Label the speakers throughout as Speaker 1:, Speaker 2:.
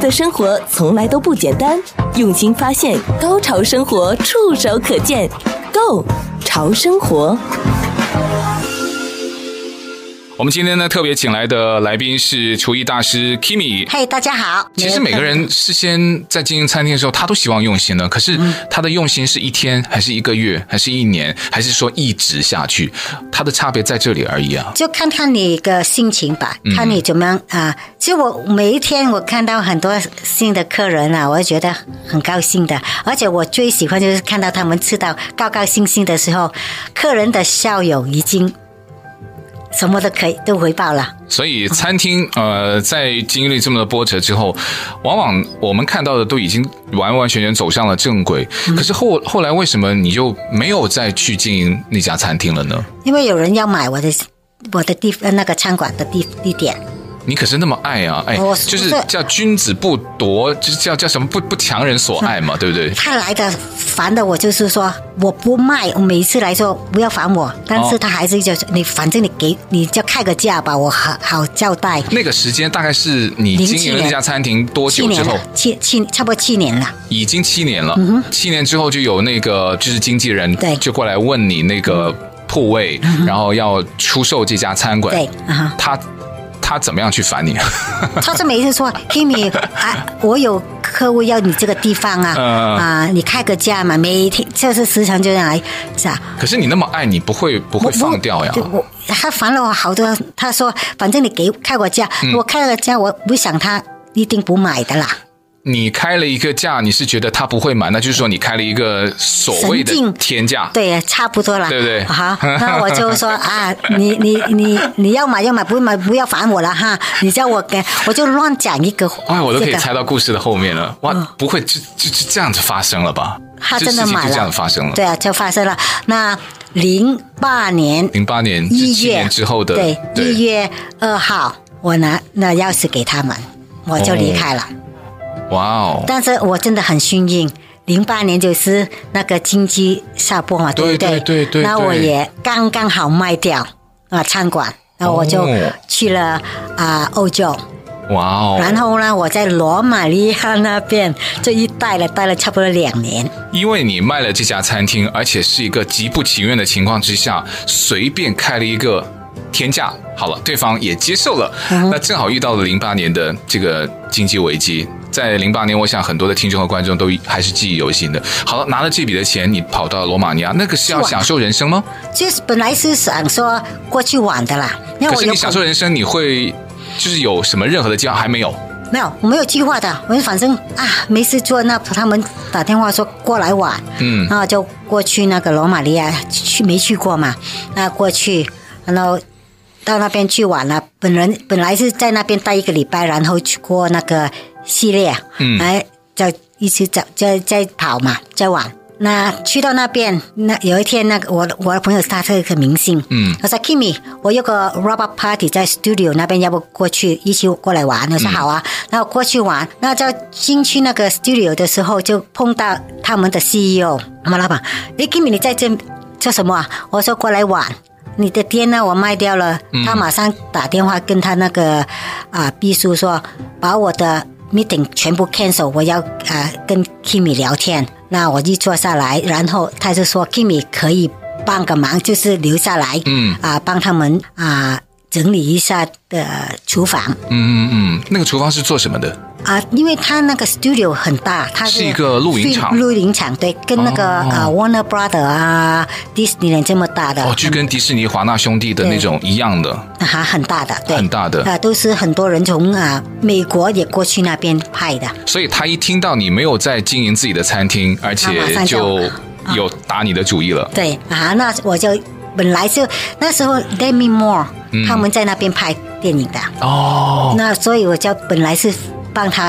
Speaker 1: 的生活从来都不简单，用心发现，高潮生活触手可见 Go 潮生活。
Speaker 2: 我们今天呢特别请来的来宾是厨艺大师 Kimi。
Speaker 3: 嘿、大家好。
Speaker 2: 其实每个人事先在经营餐厅的时候，他都希望用心的，可是他的用心是一天，还是一个月，还是一年，还是说一直下去？它的差别在这里而已啊。
Speaker 3: 就看看你个心情吧，看你怎么样啊。其实我每一天我看到很多新的客人啊，我就觉得很高兴的。而且我最喜欢就是看到他们吃到高高兴兴的时候，客人的笑容已经什么都可以都回报了。
Speaker 2: 所以餐厅呃，在经历这么多波折之后，往往我们看到的都已经完完全全走上了正轨。可是后后来为什么你就没有再去经营那家餐厅了呢？
Speaker 3: 因为有人要买我的我的地呃那个餐馆的地地点，
Speaker 2: 你可是那么爱啊，哎
Speaker 3: 我，
Speaker 2: 就是
Speaker 3: 我
Speaker 2: 叫君子不夺，就是叫叫什么不不强人所爱嘛，对不对？
Speaker 3: 他来的烦的我就是说我不卖，我每一次来说不要烦我，但是
Speaker 2: 哦
Speaker 3: 他还是就是你反正你给你就开个价吧，我好好交代。
Speaker 2: 那个时间大概是你
Speaker 3: 零七
Speaker 2: 经营了
Speaker 3: 年
Speaker 2: 那家餐厅多
Speaker 3: 七
Speaker 2: 久
Speaker 3: 年
Speaker 2: 之 后？
Speaker 3: 了，七七差不多七年了。
Speaker 2: 已经七年了，七年之后就有那个就是经纪人
Speaker 3: 对嗯
Speaker 2: 就过来问你那个铺位，然后要出售这家餐馆，
Speaker 3: 对啊
Speaker 2: 他他怎么样去烦你？
Speaker 3: 他就每次说 Kimi 啊，我有客户要你这个地方啊，
Speaker 2: 嗯
Speaker 3: 啊，你开个价嘛，每一天就是时常就来是啊，
Speaker 2: 可是你那么爱，你不会不
Speaker 3: 我
Speaker 2: 会放掉呀
Speaker 3: 我？我他烦了我好多，他说反正你给开个价，
Speaker 2: 嗯
Speaker 3: 我开了价，我不想他一定不买的啦，
Speaker 2: 你开了一个价，你是觉得他不会买，那就是说你开了一个所谓的
Speaker 3: 神经
Speaker 2: 天价，
Speaker 3: 对，差不多啦，
Speaker 2: 对不对
Speaker 3: 好，那我就说啊，你你你你要买要买，不买不要烦我了哈，你叫我给我就乱讲一个，
Speaker 2: 哇，哎我都可以
Speaker 3: 这个嗯
Speaker 2: 猜到故事的后面了。哇，不会就就就这样子发生了吧？
Speaker 3: 他
Speaker 2: 这
Speaker 3: 真的
Speaker 2: 事情
Speaker 3: 买
Speaker 2: 就这样
Speaker 3: 了，
Speaker 2: 子发生了。
Speaker 3: 对啊，就发生了。那零八年
Speaker 2: 零八年
Speaker 3: 一
Speaker 2: 7
Speaker 3: 月
Speaker 2: 年之后的
Speaker 3: 对
Speaker 2: 对
Speaker 3: 一月二号，我拿那钥匙给他们，我就离开了。
Speaker 2: 哇哦，
Speaker 3: 但是我真的很幸运，零八年就是那个经济下坡嘛，
Speaker 2: 对
Speaker 3: 不对？
Speaker 2: 对对对
Speaker 3: 那
Speaker 2: 对
Speaker 3: 我也刚刚好卖掉啊餐馆，那我就
Speaker 2: 哦
Speaker 3: 去了啊、欧洲。
Speaker 2: 哇哦，
Speaker 3: 然后呢，我在罗马尼亚那边这一待了待了差不多两年。
Speaker 2: 因为你卖了这家餐厅，而且是一个极不情愿的情况之下，随便开了一个天价，好了，对方也接受了。
Speaker 3: 嗯
Speaker 2: 那正好遇到了零八年的这个经济危机，在零八年，我想很多的听众和观众都还是记忆犹新的。好了，拿了这笔的钱，你跑到罗马尼亚，那个是要
Speaker 3: 是啊
Speaker 2: 享受人生吗？
Speaker 3: 就是本来是想说过去玩的啦，因为
Speaker 2: 可
Speaker 3: 我
Speaker 2: 是
Speaker 3: 有
Speaker 2: 你享受人生，你会就是有什么任何的计划还没有？
Speaker 3: 没有我没有计划的，我就反正啊没事做，那他们打电话说过来玩，
Speaker 2: 嗯
Speaker 3: 然后就过去那个罗马尼亚去没去过嘛，那过去然后到那边去玩了，本人本来是在那边待一个礼拜，然后去过那个系列，
Speaker 2: 嗯
Speaker 3: 哎，就一直在在在跑嘛，在玩。那去到那边，那有一天，那个我的我的朋友他是一个明星，
Speaker 2: 嗯，
Speaker 3: 我说 Kimi，我有个 rubber party 在 studio 那边，要不过去一起过来玩？我说好啊，然后过去玩，那在进去那个 studio 的时候，就碰到他们的 CEO，我们老板，诶 Kimi 你在这做什么啊？我说过来玩。你的店呢？我卖掉了。他马上打电话跟他那个啊秘书说，把我的 meeting 全部 cancel，我要啊跟 Kimi 聊天。那我一坐下来，然后他就说 Kimi 可以帮个忙，就是留下来，
Speaker 2: 嗯
Speaker 3: 啊，帮他们啊整理一下的呃厨房
Speaker 2: 嗯嗯嗯，那个厨房是做什么的？
Speaker 3: 啊，因为他那个 studio 很大，它
Speaker 2: 是一个露营场
Speaker 3: 露营场对，跟那个、
Speaker 2: 哦
Speaker 3: 啊 Warner Brother 啊 Disneyland 这么大的，
Speaker 2: 哦，就跟迪士尼华纳兄弟的那种一样的，
Speaker 3: 啊，很大的，对，
Speaker 2: 很大的
Speaker 3: 啊，都是很多人从啊美国也过去那边拍的，
Speaker 2: 所以他一听到你没有在经营自己的餐厅，而
Speaker 3: 马
Speaker 2: 且
Speaker 3: 上
Speaker 2: 就
Speaker 3: 就嗯
Speaker 2: 有打你的主意了。
Speaker 3: 对啊，那我就本来就那时候 Demi Moore、他们在那边拍电影的，
Speaker 2: 哦，
Speaker 3: 那所以我就本来是帮他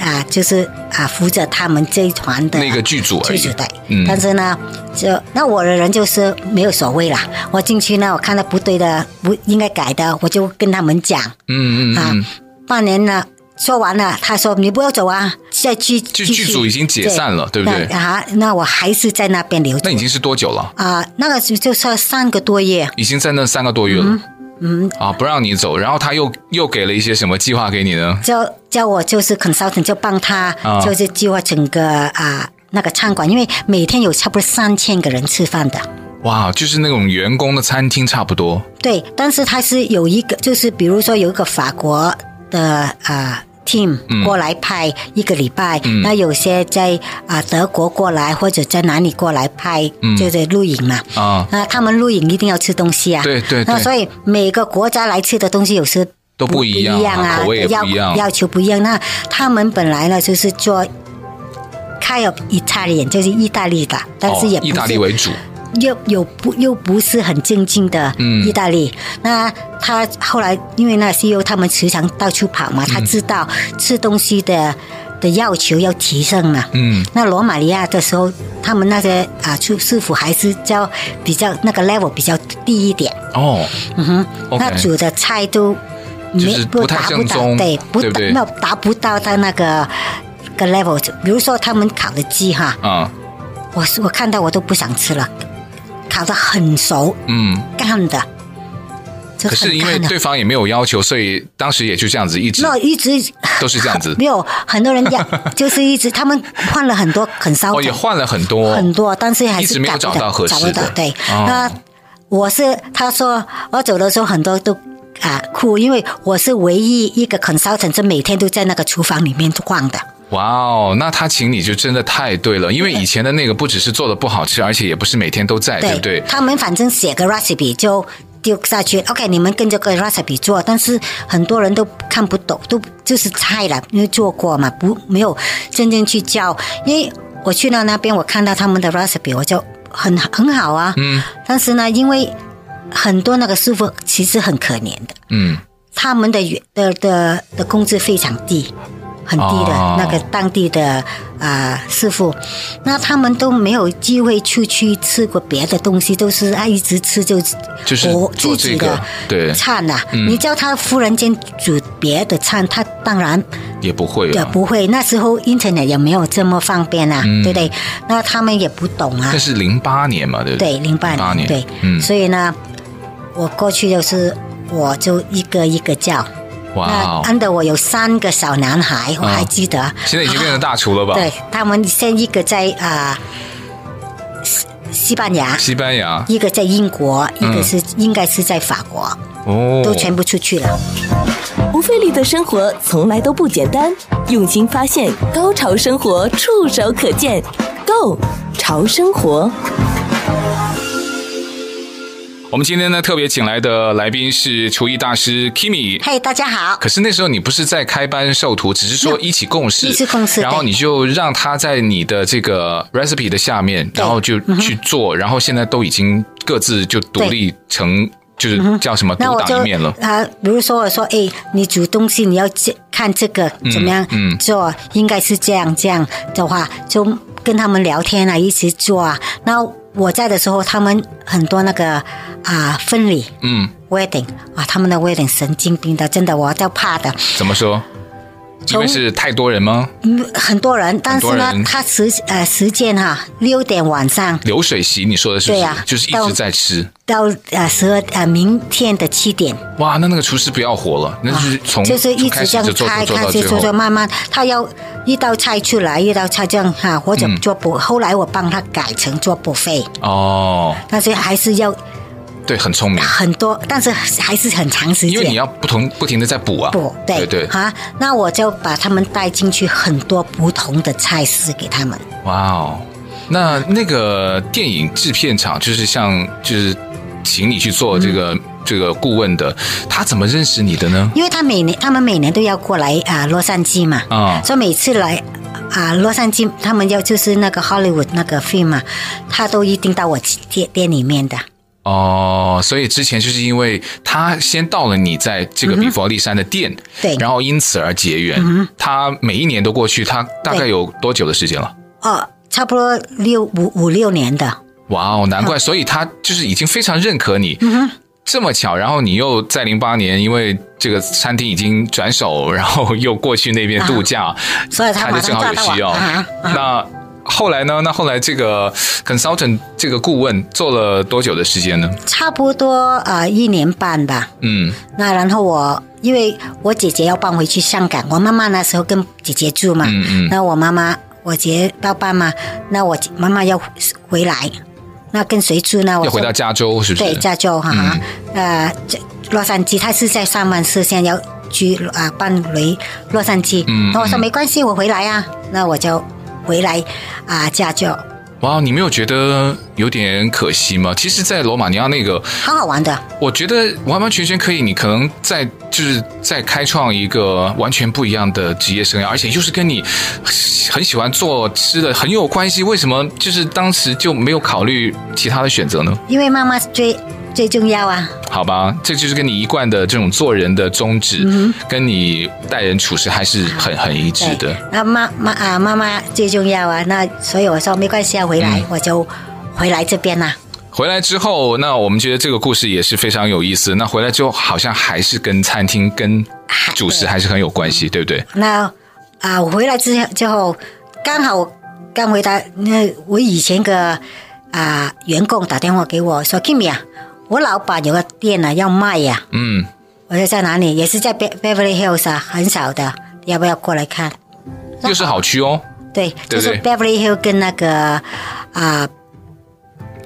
Speaker 3: 啊，就是啊扶着他们这一团的
Speaker 2: 那个剧组而
Speaker 3: 剧
Speaker 2: 已
Speaker 3: 组。对，
Speaker 2: 嗯
Speaker 3: 但是呢，就那我的人就是没有所谓啦，我进去呢，我看到不对的，不应该改的，我就跟他们讲
Speaker 2: 嗯嗯
Speaker 3: 啊
Speaker 2: 嗯，，
Speaker 3: 半年了。说完了，他说你不要走啊，再去
Speaker 2: 就
Speaker 3: 继续
Speaker 2: 剧组已经解散了，对不对
Speaker 3: 那？啊，那我还是在那边留着
Speaker 2: 那已经是多久了？
Speaker 3: 啊，那个就就说三个多月，
Speaker 2: 已经在那三个多月了。嗯，啊，不让你走，然后他又又给了一些什么计划给你呢？
Speaker 3: 就叫我就是 consultant 就帮他，
Speaker 2: 啊
Speaker 3: 就是计划整个啊、那个餐馆，因为每天有差不多三千个人吃饭的。
Speaker 2: 哇，就是那种员工的餐厅差不多
Speaker 3: 对，但是他是有一个，就是比如说有一个法国的啊、team
Speaker 2: 嗯
Speaker 3: 过来派一个礼拜，那有些在啊、德国过来或者在哪里过来派，就是露营嘛。
Speaker 2: 嗯啊，
Speaker 3: 那他们露营一定要吃东西啊，
Speaker 2: 对对
Speaker 3: 那
Speaker 2: 对
Speaker 3: 所以每个国家来吃的东西有时
Speaker 2: 都不一样啊
Speaker 3: 啊，
Speaker 2: 口味也
Speaker 3: 要
Speaker 2: 不一样哦
Speaker 3: 要求不一样。那他们本来呢就是做 kind of Italian，就是意大利的，但是也
Speaker 2: 哦、
Speaker 3: 不
Speaker 2: 意
Speaker 3: 是、
Speaker 2: 大利为主，
Speaker 3: 又又不又不是很正经的
Speaker 2: 嗯
Speaker 3: 意大利。那他后来因为那 CEO 他们时常到处跑嘛，
Speaker 2: 嗯
Speaker 3: 他知道吃东西的的要求要提升嘛。
Speaker 2: 嗯，
Speaker 3: 那罗马尼亚的时候，他们那些啊厨师傅还是叫比较那个 level 比较低一点，
Speaker 2: 哦，
Speaker 3: 嗯哼
Speaker 2: OK
Speaker 3: 那煮的菜都没
Speaker 2: 就是不太
Speaker 3: 达不
Speaker 2: 正
Speaker 3: 到，
Speaker 2: 宗
Speaker 3: 对，不
Speaker 2: 对不
Speaker 3: 达
Speaker 2: 对
Speaker 3: 那达不到他那个个 level，比如说他们烤的鸡哈，
Speaker 2: 啊，
Speaker 3: 我是我看到我都不想吃了，烤的很熟，
Speaker 2: 嗯，
Speaker 3: 干的，就
Speaker 2: 可是
Speaker 3: 很
Speaker 2: 因为
Speaker 3: 干的。啊
Speaker 2: 对方也没有要求，所以当时也就这样子一直
Speaker 3: 那一直
Speaker 2: 都是这样子
Speaker 3: 没有很多人 要，就是一直他们换了很多很烧
Speaker 2: 哦，也换了很多，
Speaker 3: 很多，但是还
Speaker 2: 一直
Speaker 3: 是
Speaker 2: 没有
Speaker 3: 找
Speaker 2: 找
Speaker 3: 不
Speaker 2: 到合适
Speaker 3: 找不
Speaker 2: 的
Speaker 3: 到。对，
Speaker 2: 哦
Speaker 3: 那我是他说我走的时候很多都。啊，哭！因为我是唯一一个 consultant，是每天都在那个厨房里面逛的。
Speaker 2: 哇哦，那他请你就真的太对了，因为以前的那个不只是做的不好吃，而且也不是每天都在，对不对？
Speaker 3: 他们反正写个 recipe 就丢下去，OK，你们跟着个 recipe 做，但是很多人都看不懂，都就是菜了，因为做过嘛，不没有真正去教。因为我去到那边，我看到他们的 recipe，我就很很好啊。嗯。但是呢，因为很多那个师傅其实很可怜的，
Speaker 2: 嗯，
Speaker 3: 他们的原的的的工资非常低，很低的、
Speaker 2: 哦
Speaker 3: 那个当地的啊、呃师傅，那他们都没有机会出去吃过别的东西，都是啊一直吃就
Speaker 2: 就是
Speaker 3: 我
Speaker 2: 做
Speaker 3: 自
Speaker 2: 这
Speaker 3: 己
Speaker 2: 个
Speaker 3: 的，
Speaker 2: 对，嗯
Speaker 3: 餐呐、你叫他忽然间煮别的餐，他当然
Speaker 2: 也不会
Speaker 3: 也
Speaker 2: 啊。嗯
Speaker 3: 不会。那时候 internet 也没有这么方便啊，对不对？那他们也不懂啊
Speaker 2: 那。是零八年嘛，对不
Speaker 3: 对，零八
Speaker 2: 08年
Speaker 3: 对，
Speaker 2: 嗯
Speaker 3: 所以呢，我过去就是我就一个一个叫。
Speaker 2: 哇
Speaker 3: 那啊
Speaker 2: 哦，
Speaker 3: 安德我有三个小男孩，我还记得。
Speaker 2: 啊现在已经变成大厨了吧？
Speaker 3: 对他们，先一个在啊、西西班牙，
Speaker 2: 西班牙
Speaker 3: 一个在英国，一
Speaker 2: 嗯
Speaker 3: 个是、应该是在法国，
Speaker 2: 哦，
Speaker 3: 都全部出去了。
Speaker 1: 不费力的生活从来都不简单，用心发现，高潮生活触手可见 g 潮生活。
Speaker 2: 我们今天呢特别请来的来宾是厨艺大师 Kimi。
Speaker 3: 嘿、大家好，
Speaker 2: 可是那时候你不是在开班授徒，只是说一起共事，
Speaker 3: 一起共事
Speaker 2: 然后
Speaker 3: 对
Speaker 2: 你就让他在你的这个 recipe 的下面，
Speaker 3: 对嗯
Speaker 2: 然后就去做，然后现在都已经各自就独立成，就是叫什么独
Speaker 3: 嗯那我就
Speaker 2: 当一面了。
Speaker 3: 啊，比如说我说，哎，你煮东西你要这看这个怎么样
Speaker 2: 嗯
Speaker 3: 做，应该是这样这样的话，就跟他们聊天啊，一起做啊。那我在的时候，他们很多那个啊、婚礼，
Speaker 2: 嗯，
Speaker 3: wedding 啊，他们的 wedding 神经病的，真的我都怕的。
Speaker 2: 怎么说？因
Speaker 3: 从
Speaker 2: 为是太多人吗？
Speaker 3: 嗯，很多人，但是呢
Speaker 2: 很多人，
Speaker 3: 他时呃时间哈、六点晚上
Speaker 2: 流水席，你说的是不是？
Speaker 3: 对啊
Speaker 2: 就是一
Speaker 3: 到
Speaker 2: 直在吃。
Speaker 3: 到呃十二呃明天的七点，啊
Speaker 2: 哇，那那个厨师不要活了，那就是从、
Speaker 3: 就是
Speaker 2: 从
Speaker 3: 一
Speaker 2: 开
Speaker 3: 直这
Speaker 2: 始就做
Speaker 3: 样开
Speaker 2: 做做
Speaker 3: 开
Speaker 2: 到
Speaker 3: 始
Speaker 2: 最
Speaker 3: 做
Speaker 2: 后。
Speaker 3: 做，慢慢他要一道菜出来，一道菜这样哈、或
Speaker 2: 嗯
Speaker 3: 者做不、后来我帮他改成做 buffet，
Speaker 2: 哦，
Speaker 3: 但是还是要
Speaker 2: 对，很聪明，
Speaker 3: 很多，但是还是很长时间。
Speaker 2: 因为你要不同不停的在补啊，
Speaker 3: 不
Speaker 2: 对
Speaker 3: 对
Speaker 2: 对，
Speaker 3: 啊，那我就把他们带进去很多不同的菜式给他们。
Speaker 2: 哇哦，那那个电影制片厂就是像就是请你去做这个、
Speaker 3: 嗯
Speaker 2: 这个顾问的，他怎么认识你的呢？
Speaker 3: 因为他每年他们每年都要过来啊、洛杉矶嘛，
Speaker 2: 啊
Speaker 3: 所以每次来啊、洛杉矶，他们要就是那个 Hollywood 那个 film 嘛，他都一定到我店店里面的。
Speaker 2: 哦，所以之前就是因为他先到了你在这个比佛利山的店，
Speaker 3: 嗯对嗯
Speaker 2: 然后因此而结缘。他每一年都过去，他大概有多久的时间了？
Speaker 3: 哦，差不多六五五六年的，
Speaker 2: 哇哦，难怪，所以他就是已经非常认可你。
Speaker 3: 嗯
Speaker 2: 这么巧，然后你又在零八年，因为这个餐厅已经转手，然后又过去那边度假，
Speaker 3: 所以他
Speaker 2: 就
Speaker 3: 马
Speaker 2: 正
Speaker 3: 啊
Speaker 2: 好有
Speaker 3: 上抓到
Speaker 2: 需
Speaker 3: 我
Speaker 2: 要。
Speaker 3: 啊。
Speaker 2: 那后来呢？那后来这个 consultant 这个顾问做了多久的时间呢？
Speaker 3: 差不多呃一年半吧。
Speaker 2: 嗯，
Speaker 3: 那然后我因为我姐姐要搬回去香港，我妈妈那时候跟姐姐住嘛，
Speaker 2: 嗯嗯
Speaker 3: 那我妈妈我姐要搬嘛，那我姐妈妈要回来，那跟谁住呢？我
Speaker 2: 要回
Speaker 3: 说
Speaker 2: 到加州是不嗯是？
Speaker 3: 对加州哈、呃，这洛杉矶，她是在三藩市，现在要去啊、搬回洛杉矶，
Speaker 2: 嗯
Speaker 3: 那我说
Speaker 2: 嗯
Speaker 3: 没关系，我回来啊，那我就回来啊、加州，
Speaker 2: 哇，你没有觉得有点可惜吗？其实，在罗马尼亚那个，
Speaker 3: 好好玩的。
Speaker 2: 我觉得完完全全可以，你可能在就是在开创一个完全不一样的职业生涯，而且又是跟你很喜欢做吃的很有关系。为什么就是当时就没有考虑其他的选择呢？
Speaker 3: 因为妈妈最最重要啊，
Speaker 2: 好吧，这就是跟你一贯的这种做人的宗旨，跟你待人处事还是很很一致
Speaker 3: 对
Speaker 2: 的。
Speaker 3: 那妈妈啊，妈妈最重要啊，那所以我说没关系啊，回来、
Speaker 2: 嗯
Speaker 3: 我就回来这边啦、啊
Speaker 2: 回来之后，那我们觉得这个故事也是非常有意思。那回来之后，好像还是跟餐厅、跟主食还是很有关系，对不对？
Speaker 3: 那啊，我回来之后之后，刚好我刚回答那我以前个啊员工打电话给我说，Kimi 啊，我老板有个店啊要卖呀、
Speaker 2: 嗯，
Speaker 3: 我说在哪里？也是在 Be- Beverly Hills 啊，很少的，要不要过来看？
Speaker 2: 又是好区哦。
Speaker 3: 对，
Speaker 2: 对
Speaker 3: 就
Speaker 2: 不
Speaker 3: 是
Speaker 2: 对
Speaker 3: Beverly Hill 跟那个啊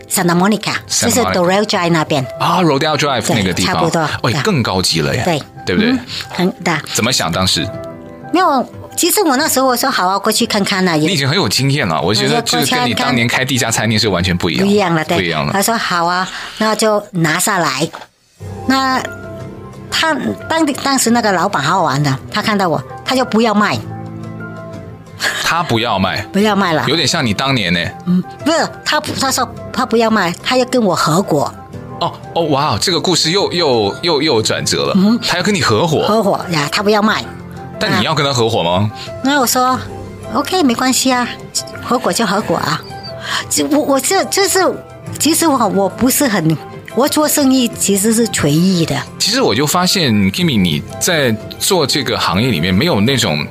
Speaker 3: Santa Monica，
Speaker 2: Santa
Speaker 3: 就是
Speaker 2: Monica
Speaker 3: Doral Drive 那边，
Speaker 2: 啊 r o d e l Drive 那
Speaker 3: 对
Speaker 2: 个地方，
Speaker 3: 差不多
Speaker 2: 喂，
Speaker 3: 对
Speaker 2: 更高级了耶，
Speaker 3: 对嗯
Speaker 2: 不对？
Speaker 3: 很大。
Speaker 2: 怎么想？当时
Speaker 3: 没有，其实我那时候我说好啊，过去看看呐，
Speaker 2: 你已
Speaker 3: 也
Speaker 2: 经很有经验了，我觉得就是跟你当年开第一家餐厅是完全不一样
Speaker 3: 不
Speaker 2: 的，
Speaker 3: 一样了，对。
Speaker 2: 不一样 了
Speaker 3: 他。说好啊，那就拿下来。那他当当时那个老板好好玩的，他看到我，他就不要卖，
Speaker 2: 他不要卖，
Speaker 3: 不要卖了。
Speaker 2: 有点像你当年呢。
Speaker 3: 嗯，不是他不，他说他不要卖，他要跟我合伙，
Speaker 2: 哦哦，哇，这个故事又又又又有转折了。他要跟你合伙，
Speaker 3: 嗯合伙呀，他不要卖。
Speaker 2: 但你要跟他合伙吗？
Speaker 3: 那我说 OK，没关系啊，合伙就合伙啊。这我我这就是，其实我我不是很，我做生意其实是随意的。
Speaker 2: 其实我就发现，Kimi 你在做这个行业里面没有那种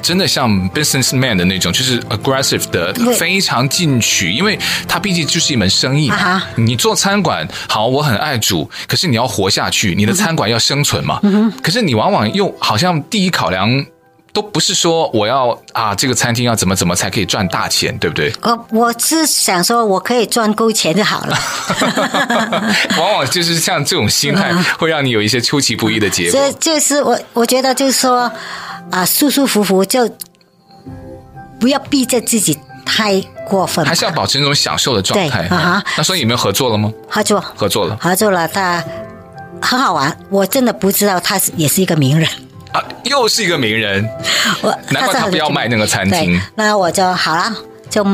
Speaker 2: 真的像 businessman 的那种，就是 aggressive 的，
Speaker 3: 对
Speaker 2: 非常进取，因为它毕竟就是一门生意嘛。
Speaker 3: 啊哈
Speaker 2: 你做餐馆，好，我很爱煮，可是你要活下去，你的餐馆要生存嘛。
Speaker 3: 嗯
Speaker 2: 可是你往往又好像第一考量都不是说我要啊，这个餐厅要怎么怎么才可以赚大钱，对不 对？
Speaker 3: 我我是想说，我可以赚够钱就好了，嗯
Speaker 2: 往往就是像这种心态，会让你有一些出其不意的结果。
Speaker 3: 这就是我我觉得就是说啊，舒舒服服就不要逼着自己太过分吧
Speaker 2: 还。是要保持那种享受的状态。
Speaker 3: 对啊哈
Speaker 2: 那所以你们合作了吗？
Speaker 3: 合作
Speaker 2: 合作了
Speaker 3: 合作了，他很好玩，我真的不知道他是也是一个名人。
Speaker 2: 啊，又是一个名人，
Speaker 3: 我
Speaker 2: 难怪他不要卖那个餐厅
Speaker 3: 对那我就好了，就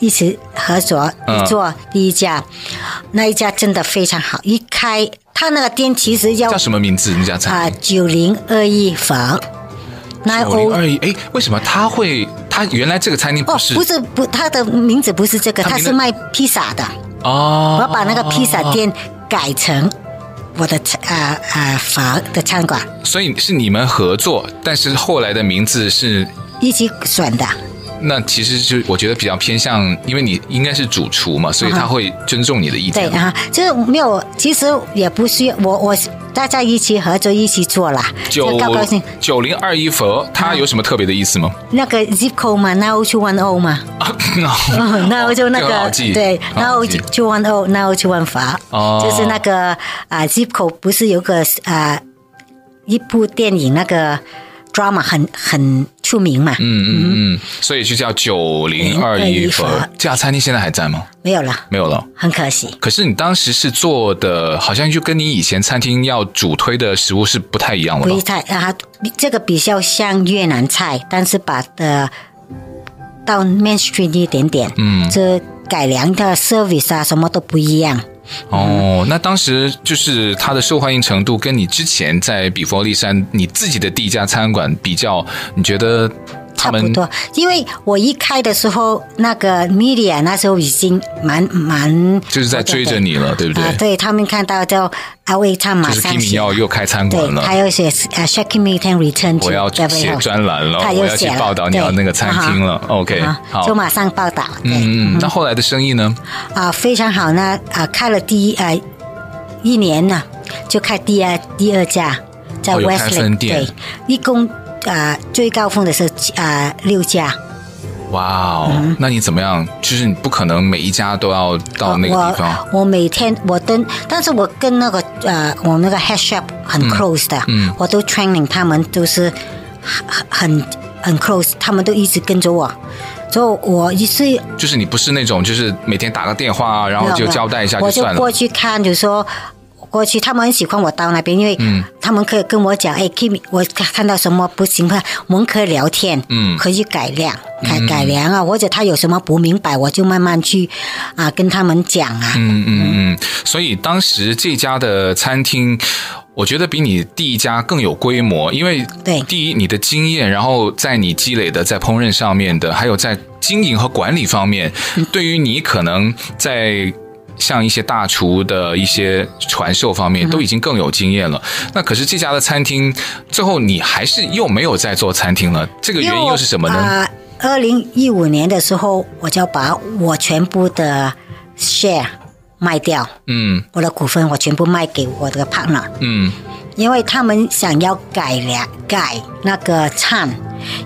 Speaker 3: 一起合作
Speaker 2: 嗯
Speaker 3: 做第一家，那一家真的非常好，一开他那个店其实要
Speaker 2: 叫什么名字？那家
Speaker 3: 啊
Speaker 2: 餐厅？
Speaker 3: 九零二一房。那
Speaker 2: 九零二一。哎，为什么他会？他原来这个餐厅
Speaker 3: 哦
Speaker 2: 不，是
Speaker 3: 不是不，他的名字不是这个，
Speaker 2: 他
Speaker 3: 他
Speaker 2: 名字
Speaker 3: 是卖披萨的。
Speaker 2: 哦，
Speaker 3: 我把那个披萨店改成我的餐啊啊房的餐馆，
Speaker 2: 所以是你们合作，但是后来的名字是。
Speaker 3: 一起选的。
Speaker 2: 那其实就我觉得比较偏向，因为你应该是主厨嘛，所以他会尊重你的意
Speaker 3: 啊对
Speaker 2: 见。
Speaker 3: 啊，就是没有，其实也不需要我我大家一起合作一起做啦，
Speaker 2: 九
Speaker 3: 就高高兴。啊
Speaker 2: 九零二一佛，它有什么特别的意思吗？
Speaker 3: 那个 zip code 嘛，那 O 去 one O 嘛，
Speaker 2: 啊，
Speaker 3: 那 O 就那
Speaker 2: 这哦个好
Speaker 3: 个
Speaker 2: 记
Speaker 3: 对，
Speaker 2: 好
Speaker 3: 那 O
Speaker 2: 记
Speaker 3: 就 one O，那 O 去 one 法，
Speaker 2: 哦
Speaker 3: 就是那个啊 zip code 不是有个啊一部电影那个 drama 很很出名嘛，
Speaker 2: 嗯嗯嗯，所以就叫九零二一佛
Speaker 3: 902。
Speaker 2: 这家餐厅现在还在吗？
Speaker 3: 嗯没有了，
Speaker 2: 没有了。
Speaker 3: 很可惜。
Speaker 2: 可是你当时是做的，好像就跟你以前餐厅要主推的食物是不太一样了吧
Speaker 3: 不？菜啊，这个比较像越南菜，但是把的到 mainstream 一点点，嗯，这改良的 service 啊，什么都不一样。
Speaker 2: 哦，那当时就是它的受欢迎程度跟你之前在比佛利山你自己的第一家餐馆比较，你觉得他
Speaker 3: 差
Speaker 2: 们
Speaker 3: 不多。因为我一开的时候，那个 media 那时候已经蛮蛮
Speaker 2: 就是在追着你了，对不对？
Speaker 3: 啊，对他们看到就安慰他马
Speaker 2: 就是
Speaker 3: 上
Speaker 2: Kimi
Speaker 3: 写，
Speaker 2: 要又开餐馆
Speaker 3: 对，
Speaker 2: 了
Speaker 3: 他。又写呃 shaking me can return to
Speaker 2: 我要
Speaker 3: Beverly
Speaker 2: 写
Speaker 3: Hills
Speaker 2: 专栏了，
Speaker 3: 他
Speaker 2: 我
Speaker 3: 又
Speaker 2: 要去
Speaker 3: 写了
Speaker 2: 报道你要
Speaker 3: 对
Speaker 2: 那个餐厅了。OK，
Speaker 3: 啊哈
Speaker 2: 哎好，
Speaker 3: 就马上报道，对
Speaker 2: 嗯嗯，那后来的生意呢？
Speaker 3: 啊，非常好呢，啊，开了第一呃一年呢，就开第二第二家，在
Speaker 2: 哦有开
Speaker 3: Westlake，、
Speaker 2: 分店
Speaker 3: 对，一共啊最高峰的时候啊六家，
Speaker 2: 哇
Speaker 3: 嗯
Speaker 2: 哦，那你怎么样？就是你不可能每一家都要到那个地方。
Speaker 3: 我我每天我跟，但是我跟那个呃我那个 head shop 很 close 的，
Speaker 2: 嗯
Speaker 3: 我都 training 他们都是很很很 close，他们都一直跟着我，所以我一是
Speaker 2: 就是你不是那种，就是每天打个电话，啊然后
Speaker 3: 没有
Speaker 2: 就
Speaker 3: 没有
Speaker 2: 交代一下
Speaker 3: 我就
Speaker 2: 算了
Speaker 3: 过。去看，就说过去他们很喜欢我到那边，因为
Speaker 2: 嗯
Speaker 3: 他们可以跟我讲，哎，Kimi，我看到什么不行的，我们可以聊天，
Speaker 2: 嗯
Speaker 3: 可以改良，改改良啊，或者他有什么不明白，我就慢慢去啊跟他们讲啊，
Speaker 2: 嗯嗯嗯，所以当时这家的餐厅，我觉得比你第一家更有规模，因为
Speaker 3: 对
Speaker 2: 第一你的经验，然后在你积累的在烹饪上面的，还有在经营和管理方面，
Speaker 3: 嗯
Speaker 2: 对于你可能在。像一些大厨的一些传授方
Speaker 3: 嗯
Speaker 2: 面，都已经更有经验了。那可是这家的餐厅，最后你还是又没有在做餐厅了，这个原因又是什么呢？
Speaker 3: 啊，二零一五年的时候，我就把我全部的 share 卖掉，
Speaker 2: 嗯
Speaker 3: 我的股份我全部卖给我的 partner。
Speaker 2: 嗯，
Speaker 3: 因为他们想要改良改那个餐，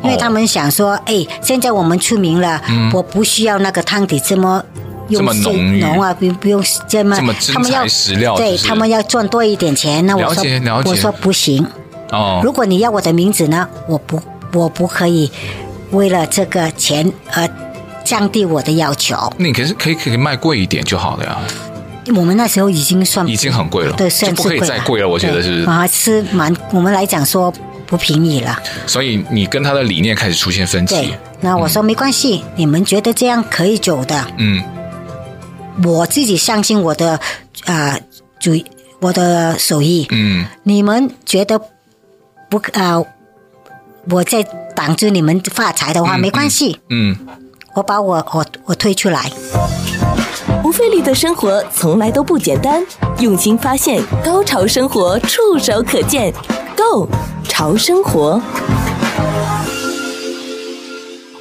Speaker 3: 因为他们想说，哎，现在我们出名了，我不需要那个汤底这么
Speaker 2: 嗯这么
Speaker 3: 用
Speaker 2: 浓
Speaker 3: 浓
Speaker 2: 郁
Speaker 3: 浓啊，不不用这么
Speaker 2: 这么真
Speaker 3: 他们要
Speaker 2: 材实料
Speaker 3: 对
Speaker 2: 就是
Speaker 3: 他们要赚多一点钱。那我
Speaker 2: 了
Speaker 3: 说
Speaker 2: 解了解
Speaker 3: 我说不行，
Speaker 2: 哦，
Speaker 3: 如果你要我的名字呢，我不我不可以为了这个钱而降低我的要求。
Speaker 2: 那你可是可以可以卖贵一点就好了呀。
Speaker 3: 我们那时候已经算
Speaker 2: 已经很贵了，
Speaker 3: 嗯对，
Speaker 2: 就
Speaker 3: 算
Speaker 2: 不
Speaker 3: 是
Speaker 2: 可以
Speaker 3: 贵
Speaker 2: 再贵了，我觉得是
Speaker 3: 对。啊，是蛮我们来讲说不便宜了。
Speaker 2: 所以你跟他的理念开始出现分歧
Speaker 3: 对，，那我说没关系，你们觉得这样可以走的，
Speaker 2: 嗯，
Speaker 3: 我自己相信我的啊、呃主我的手艺。
Speaker 2: 嗯，
Speaker 3: 你们觉得不啊、我在挡住你们发财的话，没关系，
Speaker 2: 嗯，
Speaker 3: 我把我我我退出来。
Speaker 1: 不费力的生活从来都不简单，用心发现，高潮生活触手可见 Go 潮生活。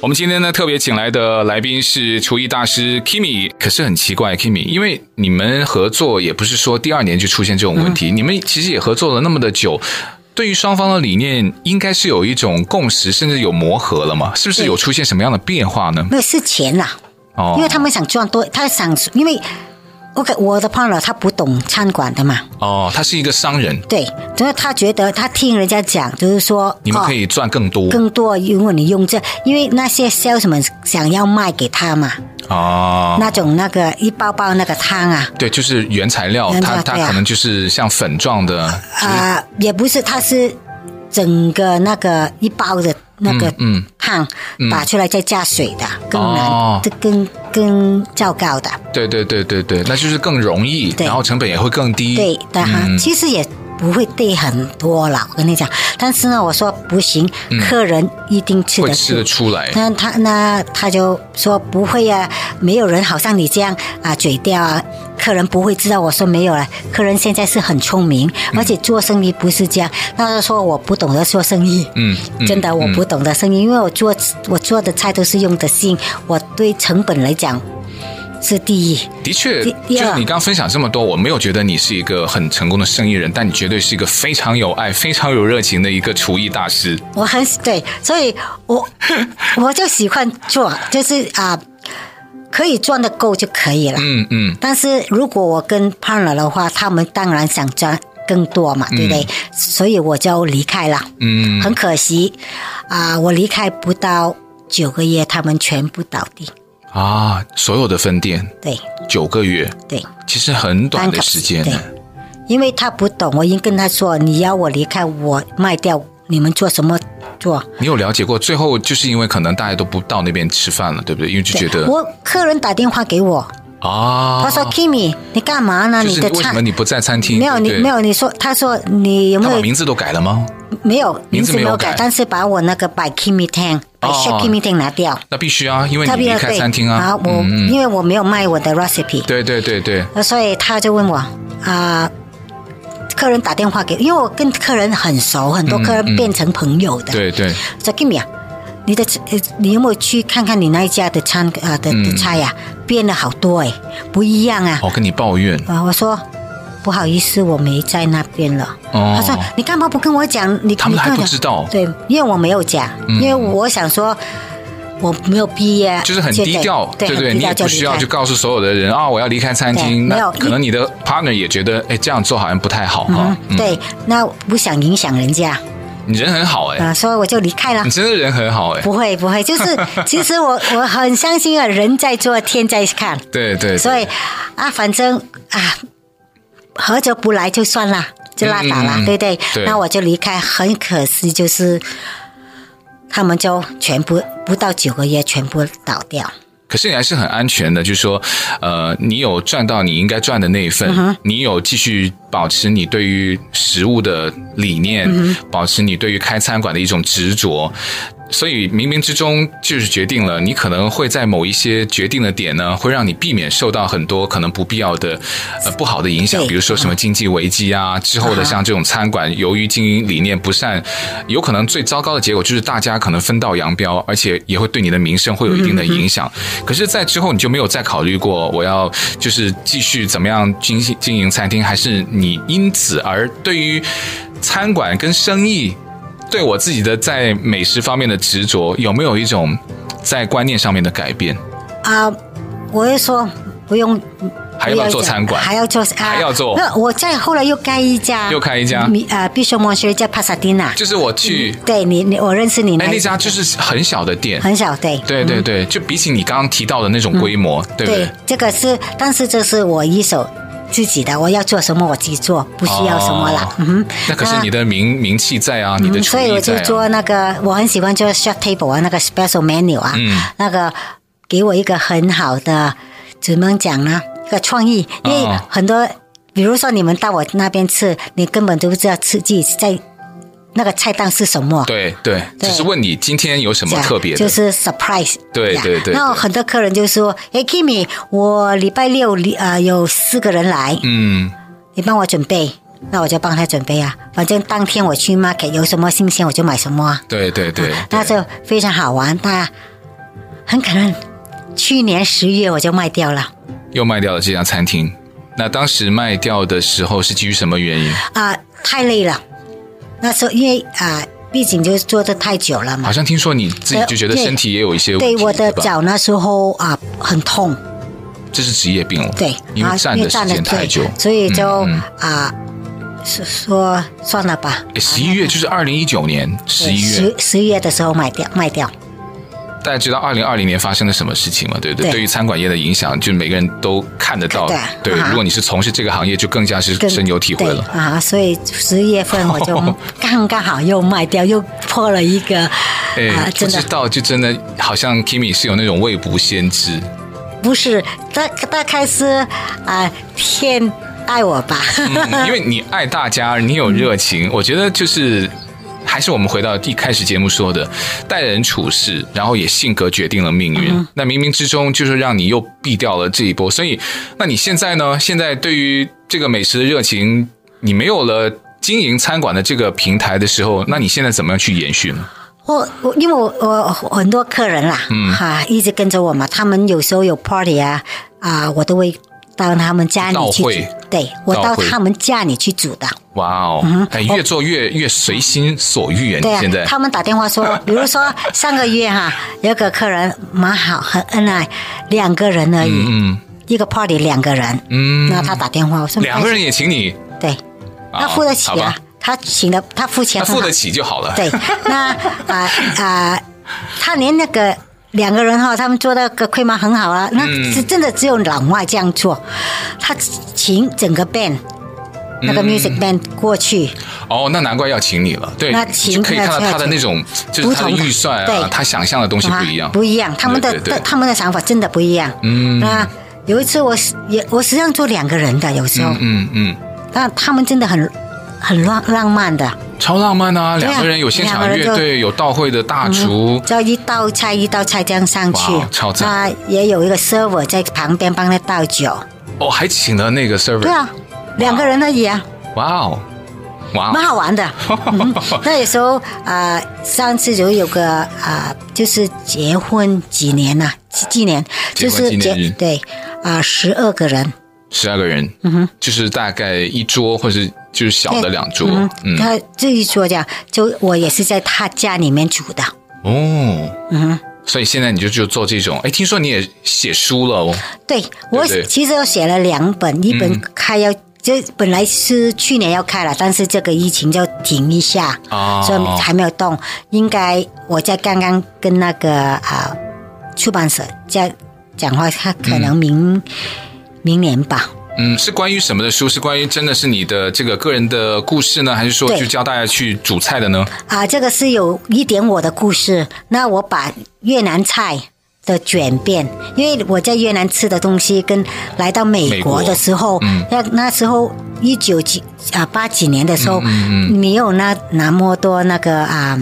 Speaker 2: 我们今天呢特别请来的来宾是厨艺大师 Kimi，可是很奇怪 Kimi，因为你们合作也不是说第二年就出现这种问
Speaker 3: 嗯
Speaker 2: 题，你们其实也合作了那么的久。对于双方的理念，应该是有一种共识，甚至有磨合了嘛？是不是有出现什么样的变化呢？
Speaker 3: 没有是钱啦、
Speaker 2: 哦，
Speaker 3: 因为他们想赚多，他想因为 OK，我的 partner 他不懂餐馆的嘛，
Speaker 2: 哦，他是一个商人，
Speaker 3: 对，所以他觉得他听人家讲，就是说
Speaker 2: 你们
Speaker 3: 哦
Speaker 2: 可以赚更多
Speaker 3: 更多，如果你用这，因为那些 salesman 想要卖给他嘛，
Speaker 2: 哦。
Speaker 3: 那种那个一包包那个汤啊，
Speaker 2: 对，就是原材料，
Speaker 3: 原材
Speaker 2: 它
Speaker 3: 料
Speaker 2: 它
Speaker 3: 对啊
Speaker 2: 可能就是像粉状的，
Speaker 3: 啊、也不是，它是整个那个一包的那个
Speaker 2: 嗯
Speaker 3: 汤打出来再加水的，更
Speaker 2: 哦
Speaker 3: 难，这更更糟糕的，
Speaker 2: 对对对对对，那就是更容易，
Speaker 3: 对
Speaker 2: 然后成本也会更低。
Speaker 3: 对的哈，其实也。不会对很多了，我跟你讲。但是呢，我说不行，客人一定吃
Speaker 2: 嗯会
Speaker 3: 得
Speaker 2: 吃
Speaker 3: 住
Speaker 2: 得。出来。
Speaker 3: 那他那他就说不会呀、啊，没有人好像你这样啊嘴掉啊，客人不会知道。我说没有了，客人现在是很聪明，
Speaker 2: 嗯
Speaker 3: 而且做生意不是这样。那他说我不懂得做生意，
Speaker 2: 嗯，嗯
Speaker 3: 真的我不懂得生意，因为我做我做的菜都是用的心，我对成本来讲是第一。
Speaker 2: 的确，
Speaker 3: 嗯第
Speaker 2: 就
Speaker 3: 第
Speaker 2: 是
Speaker 3: 二
Speaker 2: 你刚分享这么多，我没有觉得你是一个很成功的生意人，但你绝对是一个非常有爱、非常有热情的一个厨艺大师。
Speaker 3: 我很对，所以 我我就喜欢做，就是啊、可以赚的够就可以了。
Speaker 2: 嗯嗯，
Speaker 3: 但是如果我跟 partner 的话，他们当然想赚更多
Speaker 2: 嗯
Speaker 3: 嘛，对不对？所以我就离开了。嗯，很可惜啊、我离开不到九个月，他们全部倒闭。
Speaker 2: 啊，所有的分店
Speaker 3: 对
Speaker 2: 九个月，
Speaker 3: 对，
Speaker 2: 其实很短的
Speaker 3: 单口
Speaker 2: 时间啊
Speaker 3: 对
Speaker 2: 呢。
Speaker 3: 因为他不懂，我已经跟他说，你要我离开，我卖掉，你们做什么做？
Speaker 2: 你有了解过？最后就是因为可能大家都不到那边吃饭了，对不对？因为就觉
Speaker 3: 对
Speaker 2: 得
Speaker 3: 我客人打电话给我，
Speaker 2: 啊，
Speaker 3: 他说、Kimi，你干嘛呢？
Speaker 2: 就
Speaker 3: 你
Speaker 2: 是
Speaker 3: 的
Speaker 2: 为什
Speaker 3: 餐
Speaker 2: 么你不在餐厅？
Speaker 3: 没有
Speaker 2: 对不
Speaker 3: 你
Speaker 2: 对
Speaker 3: 没有你说，他说你有
Speaker 2: 他
Speaker 3: 没
Speaker 2: 把
Speaker 3: 有
Speaker 2: 名字都改了吗？
Speaker 3: 没有
Speaker 2: 名字没
Speaker 3: 没
Speaker 2: 有
Speaker 3: 有
Speaker 2: 改
Speaker 3: 但是把我那个 by Kimmy Tang、by
Speaker 2: 哦
Speaker 3: Chef Kimmy Tang 拿掉，
Speaker 2: 那必须啊，因为
Speaker 3: 特
Speaker 2: 你离
Speaker 3: 别
Speaker 2: 开
Speaker 3: 对
Speaker 2: 餐厅啊
Speaker 3: 后，我、因为我没有卖我的 recipe，
Speaker 2: 对对对对，
Speaker 3: 呃，所以他就问我啊、客人打电话给，因为我跟客人很熟，很多客人变成朋友的。
Speaker 2: 嗯对对，
Speaker 3: 说 g i m e 啊，你的呃，你有没有去看看你那一家的餐啊、的
Speaker 2: 嗯
Speaker 3: 的菜呀、变了好多哎，不一样啊。
Speaker 2: 我跟你抱怨
Speaker 3: 啊，我说不好意思，我没在那边了。
Speaker 2: 哦
Speaker 3: 他说你干嘛不跟我讲？你
Speaker 2: 他们
Speaker 3: 你跟
Speaker 2: 还
Speaker 3: 我
Speaker 2: 不
Speaker 3: 讲
Speaker 2: 知道嗯
Speaker 3: 对，因为我没有讲，因为我想说。我没有毕业，
Speaker 2: 就是很低调，
Speaker 3: 对
Speaker 2: 对
Speaker 3: 很
Speaker 2: 对，
Speaker 3: 低
Speaker 2: 你
Speaker 3: 调
Speaker 2: 也
Speaker 3: 就
Speaker 2: 不
Speaker 3: 离
Speaker 2: 需要
Speaker 3: 开
Speaker 2: 去告诉所有的人啊，我要离开餐
Speaker 3: 对
Speaker 2: 厅。
Speaker 3: 没
Speaker 2: 那
Speaker 3: 有
Speaker 2: 可能你的 partner 也觉得，哎，这样做好像不太好哈。
Speaker 3: 嗯，对，那不想影响人家
Speaker 2: 你人很好哎，
Speaker 3: 啊，所以我就离开了
Speaker 2: 你。真的人很好哎。
Speaker 3: 不会不会，就是其实我我很相信啊，人在做天在看，
Speaker 2: 对对，对
Speaker 3: 所以啊，反正啊，合着不来就算啦，就拉倒啦，
Speaker 2: 嗯嗯嗯
Speaker 3: 对不对？
Speaker 2: 对
Speaker 3: 那我就离开，很可惜，就是他们就全部不到九个月全部倒掉。
Speaker 2: 可是你还是很安全的，就是说，呃，你有赚到你应该赚的那一份，你有继续保持你对于食物的理念，保持你对于开餐馆的一种执着。所以冥冥之中就是决定了，你可能会在某一些决定的点呢，会让你避免受到很多可能不必要的呃不好的影响，
Speaker 3: 对
Speaker 2: 比如说什么经济危机啊，之后的
Speaker 3: 啊
Speaker 2: 像这种餐馆由于经营理念不善，有可能最糟糕的结果就是大家可能分道扬镳，而且也会对你的名声会有一定的影响。可是，在之后你就没有再考虑过我要就是继续怎么样经营经营餐厅，还是你因此而对于餐馆跟生意对我自己的在美食方面的执着，有没有一种在观念上面的改变？
Speaker 3: 啊，我就说不用。
Speaker 2: 还要不要做餐馆
Speaker 3: 还要做，啊、
Speaker 2: 还要做
Speaker 3: 那我再后来又开一家，
Speaker 2: 又开一家
Speaker 3: 米呃，必胜蒙学叫帕萨蒂娜。
Speaker 2: 就是我去，
Speaker 3: 对你，你我认识你
Speaker 2: 哎，
Speaker 3: 那
Speaker 2: 那家就是很小的店，
Speaker 3: 很小，对
Speaker 2: 对对对，
Speaker 3: 嗯
Speaker 2: 就比起你刚刚提到的那种规模，对不对？
Speaker 3: 这个是，但是这是我一手自己的，我要做什么我自己做，不需要什么了。
Speaker 2: 哦
Speaker 3: 嗯哼，
Speaker 2: 那可是你的名名气在啊，你的
Speaker 3: 嗯
Speaker 2: 厨
Speaker 3: 所以
Speaker 2: 艺
Speaker 3: 我就
Speaker 2: 在啊。
Speaker 3: 做那个，我很喜欢做 short table 啊，那个 special menu 啊，
Speaker 2: 嗯
Speaker 3: 那个给我一个很好的怎么讲呢？一个创意，因为
Speaker 2: 哦
Speaker 3: 很多，比如说你们到我那边吃，你根本都不知道吃自己在那个菜单是什么。
Speaker 2: 对对，
Speaker 3: 对
Speaker 2: 只是问你今天有什么特别的？
Speaker 3: 就是 surprise
Speaker 2: 对
Speaker 3: 呀
Speaker 2: 对对
Speaker 3: 那
Speaker 2: 对
Speaker 3: 很多客人就说：“哎，Kimi，我礼拜六礼呃有四个人来，
Speaker 2: 嗯，
Speaker 3: 你帮我准备。”那我就帮他准备啊，反正当天我去 market 有什么新鲜我就买什么啊，
Speaker 2: 对对对，
Speaker 3: 那
Speaker 2: 对
Speaker 3: 就非常好玩。那很可能去年十月我就卖掉了
Speaker 2: 又卖掉了这家餐厅。那当时卖掉的时候是基于什么原因？
Speaker 3: 啊、太累了。那时候因为啊、毕竟就是做的太久了嘛
Speaker 2: 好，像听说你自己就觉得
Speaker 3: 对
Speaker 2: 身体也有一些问题，
Speaker 3: 对我的
Speaker 2: 吧
Speaker 3: 脚那时候啊、很痛，
Speaker 2: 这是职业病了，
Speaker 3: 对，
Speaker 2: 因
Speaker 3: 啊
Speaker 2: 为站的时
Speaker 3: 得
Speaker 2: 间太久
Speaker 3: 对。所以就
Speaker 2: 嗯
Speaker 3: 啊，是说算了吧。
Speaker 2: 哎十一月就是二零一九年十一月，
Speaker 3: 十十一月的时候卖掉，卖掉。
Speaker 2: 大家知道二零二零年发生了什么事情嘛？对不对？
Speaker 3: 对
Speaker 2: 对于餐馆业的影响，就每个人都看得到。
Speaker 3: 看得
Speaker 2: 对，
Speaker 3: 啊
Speaker 2: 如果你是从事这个行业，就更加是
Speaker 3: 跟
Speaker 2: 深有体会了。
Speaker 3: 对啊，所以十一月份我 就刚刚好又卖掉，又破了一个
Speaker 2: 哎、
Speaker 3: 啊，
Speaker 2: 不
Speaker 3: 真
Speaker 2: 知
Speaker 3: 的
Speaker 2: 道就真的好像 Kimi 是有那种未卜先知，
Speaker 3: 不是大大概是啊天爱我吧，
Speaker 2: 嗯因为你爱大家，你有热
Speaker 3: 嗯
Speaker 2: 情，我觉得就是。还是我们回到一开始节目说的，待人处事，然后也性格决定了命运。
Speaker 3: 嗯
Speaker 2: 那冥冥之中就是让你又避掉了这一波，所以，那你现在呢？现在对于这个美食的热情，你没有了经营餐馆的这个平台的时候，那你现在怎么样去延续呢？
Speaker 3: 我我因为我我我很多客人啦，哈、
Speaker 2: 嗯
Speaker 3: 一直跟着我嘛，他们有时候有 party 啊啊、我都会到他们家里去
Speaker 2: 到
Speaker 3: 煮
Speaker 2: 会，
Speaker 3: 对我
Speaker 2: 到
Speaker 3: 到
Speaker 2: 会
Speaker 3: 他们家里去煮的，
Speaker 2: 哇哦，哎，越做越越随心所欲啊！你
Speaker 3: 嗯对啊
Speaker 2: 现在，
Speaker 3: 他们打电话说， 比如说上个月哈、有个客人蛮好，很恩爱，两个人而已，
Speaker 2: 嗯
Speaker 3: 一个 party 两个人，
Speaker 2: 嗯，
Speaker 3: 那他打电话我说
Speaker 2: 两个人也请你，
Speaker 3: 对，
Speaker 2: 啊
Speaker 3: 他付得起
Speaker 2: 好
Speaker 3: 啊
Speaker 2: 吧，
Speaker 3: 他请的他付钱
Speaker 2: 那
Speaker 3: 很好，
Speaker 2: 付得起就好了。
Speaker 3: 对，那啊啊，他连那个两个人哈、他们做那个亏妈很好啊，那
Speaker 2: 嗯
Speaker 3: 是真的只有老外这样做，他请整个 band。那
Speaker 2: 嗯
Speaker 3: 个 music band 过去，
Speaker 2: 哦，那难怪要请你了。对，
Speaker 3: 那
Speaker 2: 你
Speaker 3: 请
Speaker 2: 就可以看到
Speaker 3: 那
Speaker 2: 他的那种，就是他的预算
Speaker 3: 不同
Speaker 2: 啊，
Speaker 3: 对
Speaker 2: 他想象的东西不一样。
Speaker 3: 不一样，他们的
Speaker 2: 对对对
Speaker 3: 他们的想法真的不一样。
Speaker 2: 嗯
Speaker 3: 那有一次我实也我实际啊上做两个人的，有时候，
Speaker 2: 嗯嗯嗯，
Speaker 3: 那他们真的很很浪浪漫的，
Speaker 2: 超浪漫啊！
Speaker 3: 对啊
Speaker 2: 两个人有现场乐
Speaker 3: 两个人
Speaker 2: 队，有到会的大厨，
Speaker 3: 就一道菜一道菜这样上去
Speaker 2: 哇超，赞
Speaker 3: 那也有一个 server 在旁边帮他倒酒，
Speaker 2: 哦，还请了那个 server，
Speaker 3: 对啊，两个人而已啊，
Speaker 2: 哇哦，哇
Speaker 3: 蛮
Speaker 2: 哦，
Speaker 3: 好 玩的。嗯、那有时候啊、呃上次就有个啊、呃就是结婚几年呐、纪纪念，
Speaker 2: 结
Speaker 3: 就
Speaker 2: 婚纪
Speaker 3: 是
Speaker 2: 念日
Speaker 3: 对啊，十、二个人，
Speaker 2: 十二个人，
Speaker 3: 嗯
Speaker 2: 就是大概一桌，或是就是小的两桌，嗯，
Speaker 3: 他这一桌这样，就我也是在他家里面煮的，
Speaker 2: 哦，
Speaker 3: 嗯，
Speaker 2: 所以现在你就就做这种，哎，听说你也写书了哦，
Speaker 3: 对我
Speaker 2: 对嗯
Speaker 3: 其实我写了两本，一本开要。就本来是去年要开了，但是这个疫情就停一下，
Speaker 2: 哦
Speaker 3: 所以还没有动。应该我在刚刚跟那个啊、出版社在讲话，他可能明、明年吧。
Speaker 2: 嗯，是关于什么的书？是关于真的是你的这个个人的故事呢，还是说
Speaker 3: 对
Speaker 2: 就教大家去煮菜的呢？
Speaker 3: 啊，这个是有一点我的故事。那我把越南菜的转变，因为我在越南吃的东西跟来到美国的时候，
Speaker 2: 嗯
Speaker 3: 那、那时候一九几啊八几年的时候，
Speaker 2: 嗯
Speaker 3: 没有那那么多那个啊。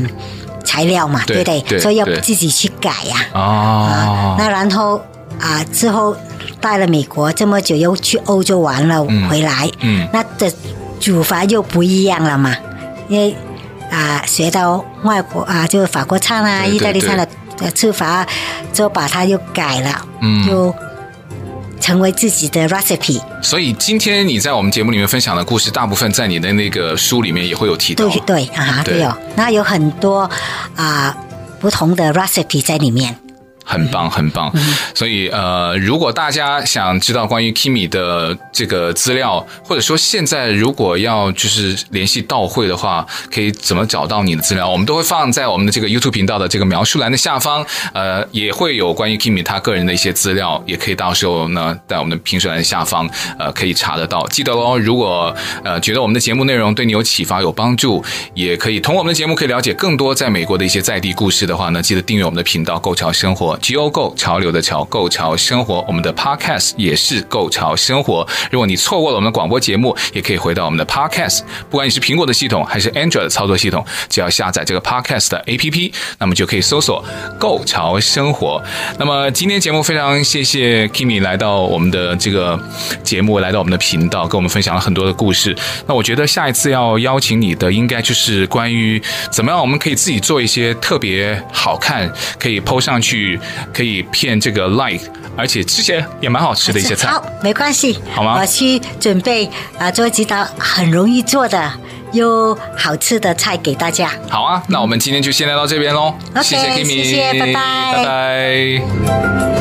Speaker 3: 材料嘛，
Speaker 2: 对
Speaker 3: 不对？
Speaker 2: 对
Speaker 3: 所以要
Speaker 2: 对
Speaker 3: 自己去改呀、
Speaker 2: 啊哦，
Speaker 3: 那然后啊，之后到了美国这么久，又去欧洲玩了，回来，
Speaker 2: 嗯
Speaker 3: 那的煮法又不一样了嘛，因为啊，学到外国啊，就是法国餐啊、
Speaker 2: 对对
Speaker 3: 意大利餐的呃吃法，就把它又改了，
Speaker 2: 嗯
Speaker 3: 就成为自己的 recipe，
Speaker 2: 所以今天你在我们节目里面分享的故事，大部分在你的那个书里面也会有提到
Speaker 3: 对。对啊，
Speaker 2: 对
Speaker 3: 对哦，那有很多啊不同的 recipe 在里面。
Speaker 2: 很棒，很棒。所以呃，如果大家想知道关于 Kimi 的这个资料，或者说现在如果要就是联系到会的话，可以怎么找到你的资料？我们都会放在我们的这个 YouTube 频道的这个描述栏的下方，呃，也会有关于 Kimi 他个人的一些资料，也可以到时候呢在我们的评论栏下方呃可以查得到。记得喽，如果呃觉得我们的节目内容对你有启发、有帮助，也可以通过我们的节目可以了解更多在美国的一些在地故事的话呢，记得订阅我们的频道“购潮生活 ”，G O 购潮流的潮，购潮生活。我们的 Podcast 也是购潮生活。如果你错过了我们的广播节目，也可以回到我们的 Podcast，不管你是苹果的系统还是 Android 的操作系统，只要下载这个 Podcast 的 APP，那么就可以搜索“购潮生活”。那么今天节目非常谢谢 Kimi 来到我们的这个节目，来到我们的频道，跟我们分享了很多的故事。那我觉得下一次要邀请你的，应该就是关于怎么样我们可以自己做一些特别好看，可以 PO 上去，可以骗这个 like，而且之前也蛮好吃的一些菜。
Speaker 3: 好，没关系，
Speaker 2: 好吗
Speaker 3: 我去准备啊，做几道很容易做的又好吃的菜给大家。
Speaker 2: 好啊，那我们今天就先来到这边喽。
Speaker 3: OK，
Speaker 2: 谢 Kimi，
Speaker 3: 谢谢拜拜
Speaker 2: 拜拜。